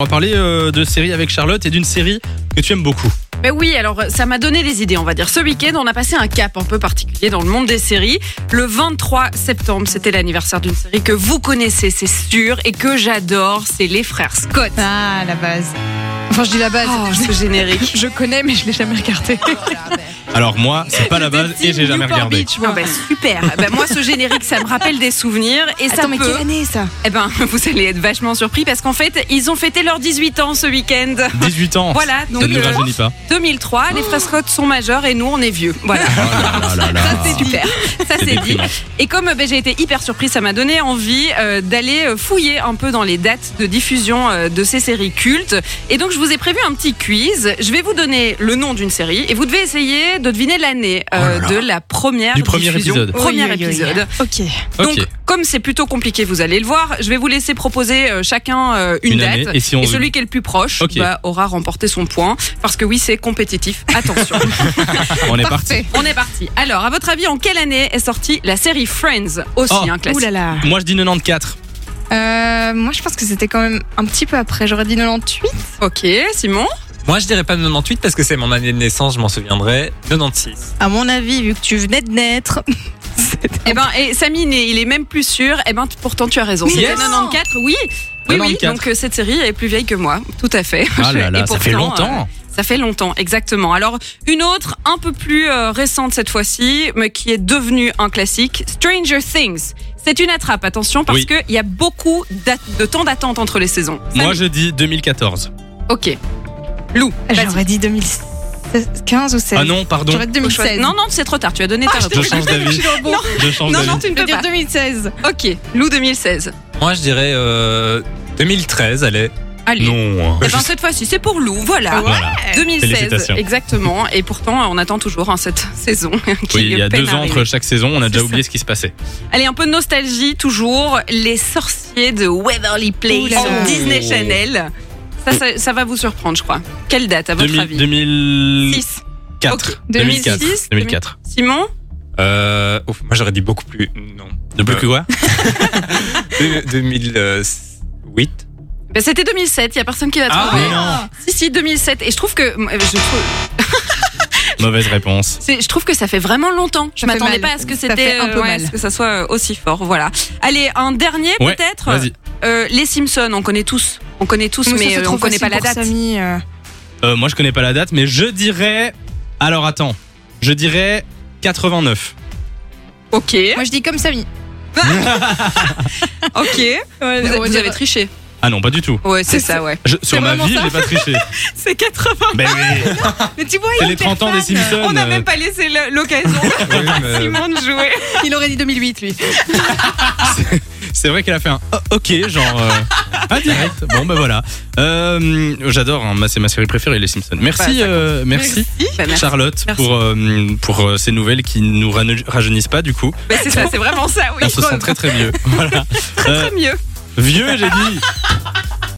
On va parler euh, de séries avec Charlotte et d'une série que tu aimes beaucoup. Ben oui, alors ça m'a donné des idées, on va dire. Ce week-end, on a passé un cap un peu particulier dans le monde des séries. Le 23 septembre, c'était l'anniversaire d'une série que vous connaissez, c'est sûr, et que j'adore, c'est Les Frères Scott. Ah, la base. Enfin, je dis la base. Oh, je, ce générique. je connais, mais je l'ai jamais regardé. Alors moi, c'est pas la base Bah, et j'ai jamais Newport regardé. Beach, Ah moi. ben super. Ben moi, ce générique, ça me rappelle des souvenirs et ça Attends, mais peut. quelle année ça Eh ben, vous allez être vachement surpris parce qu'en fait, ils ont fêté leurs 18 ans ce week-end. 18 ans. Voilà, ça donc ne me euh, rajeunit pas. 2003, les Frères Scott sont majeurs et nous, on est vieux. Voilà. Oh là là là là. Ça, c'est super. Ça, C'est c'est dit. déprimant. Et comme euh, ben, j'ai été hyper surprise, ça m'a donné envie euh, d'aller euh, fouiller un peu dans les dates de diffusion euh, de ces séries cultes. Et donc, je vous ai prévu un petit quiz. Je vais vous donner le nom d'une série et vous devez essayer de deviner l'année euh, Oh là là. de la première Du premier diffusion. épisode. Premier Oui, oui, oui. épisode. Ok. Ok. Donc, comme c'est plutôt compliqué, vous allez le voir, je vais vous laisser proposer euh, chacun euh, une, Une année, date. et si on- celui qui est le plus proche Ok. bah, aura remporté son point. Parce que oui, c'est compétitif. Attention. on est parti. Parfait. On est parti. Alors, à votre avis, en quelle année est sortie la série Friends Aussi Oh. un Ouh classique. là là. Moi je dis 94. Euh, moi, je pense que c'était quand même un petit peu après. J'aurais dit 98. Ok, Simon. Moi, je dirais pas 98 parce que c'est mon année de naissance, je m'en souviendrai. 96. À mon avis, vu que tu venais de naître. Eh ben, et Samy, il est- il est même plus sûr. Eh ben, t- pourtant, tu as raison. Mais C'était non. 94, oui. Oui, oui, 94. donc euh, cette série est plus vieille que moi, tout à fait. Ah là là, Et ça fait pourtant, longtemps. euh, ça fait longtemps, exactement. Alors, une autre, un peu plus euh, récente cette fois-ci, mais qui est devenue un classique, Stranger Things. C'est une attrape, attention, parce Oui. que qu'il y a beaucoup d'a- de temps d'attente entre les saisons. Moi Samy, je dis 2014. Ok. Lou, vas-y. Ah, J'aurais dit 2015 ou 16. Ah non, pardon. J'aurais dit Faut choisir. 2016. Non, non, c'est trop tard, tu as Ah, donné ta Je réponse. change d'avis. Je change Non, non, d'avis. tu ne Je peux veux dire pas. 2016. Ok, Lou 2016. Moi, je dirais euh, 2013, allez. Allez. Non. Eh ben, cette fois-ci, c'est pour Lou, voilà. Voilà. 2016, Félicitations. exactement. Et pourtant, on attend toujours hein, cette saison. qui Oui, il y a peine deux ans à entre arriver. chaque saison, on a déjà C'est oublié ce qui se passait. Allez, un peu de nostalgie toujours. Les sorciers de Waverly Place Oula. sur Disney Oh. Channel. Ça, ça, ça va vous surprendre, je crois. Quelle date, à votre 2000 avis 2004. 6. 2004. 2006. 2004. Simon Euh, ouf, moi, j'aurais dit beaucoup plus. Non. De plus Euh, que quoi de- euh, 2008. Ben, C'était 2007, il n'y a personne qui l'a Ah trouvé. mais non. si, si, 2007. Et je trouve que. euh, Je trouve, Mauvaise réponse. C'est- je trouve que ça fait vraiment longtemps. Je Ça fait m'attendais mal. pas à ce que Ça c'était fait un peu euh, ouais, mal. à ce que ça soit euh, aussi fort. Voilà. Allez, un dernier Ouais, peut-être. Vas-y. Euh, les Simpsons, on connaît tous. On connaît tous, mais euh, on connaît pas la date. Euh, moi, je connais pas la date, mais je dirais. Alors, attends. Je dirais 89. Ok, Moi, je dis comme Samy. ok. Vous, vous avez triché. Ah non, pas du tout. Ouais, c'est C'est- ça, ouais. Je- sur ma vraiment vie, ça j'ai pas triché. C'est 80. ben oui, Mais tu vois, c'est il les est 30 ans des hyper fan. Simpsons. On n'a euh, même pas laissé le- l'occasion Oui, mais- Simon de jouer. Il aurait dit 2008, lui. Euh, C'est vrai qu'elle a fait un oh, OK, genre. euh, indirect. Bon, ben voilà. Euh, J'adore, hein, ma- c'est ma série préférée, les Simpsons. Bah, Merci, ça euh, merci. Bah, merci. Charlotte Merci. pour euh, pour euh, ces nouvelles qui nous rane- rajeunissent pas du coup. Bah, c'est ça, c'est vraiment ça, oui. On se sent très très vieux. Voilà. Euh, Très, très mieux. Vieux, j'ai dit.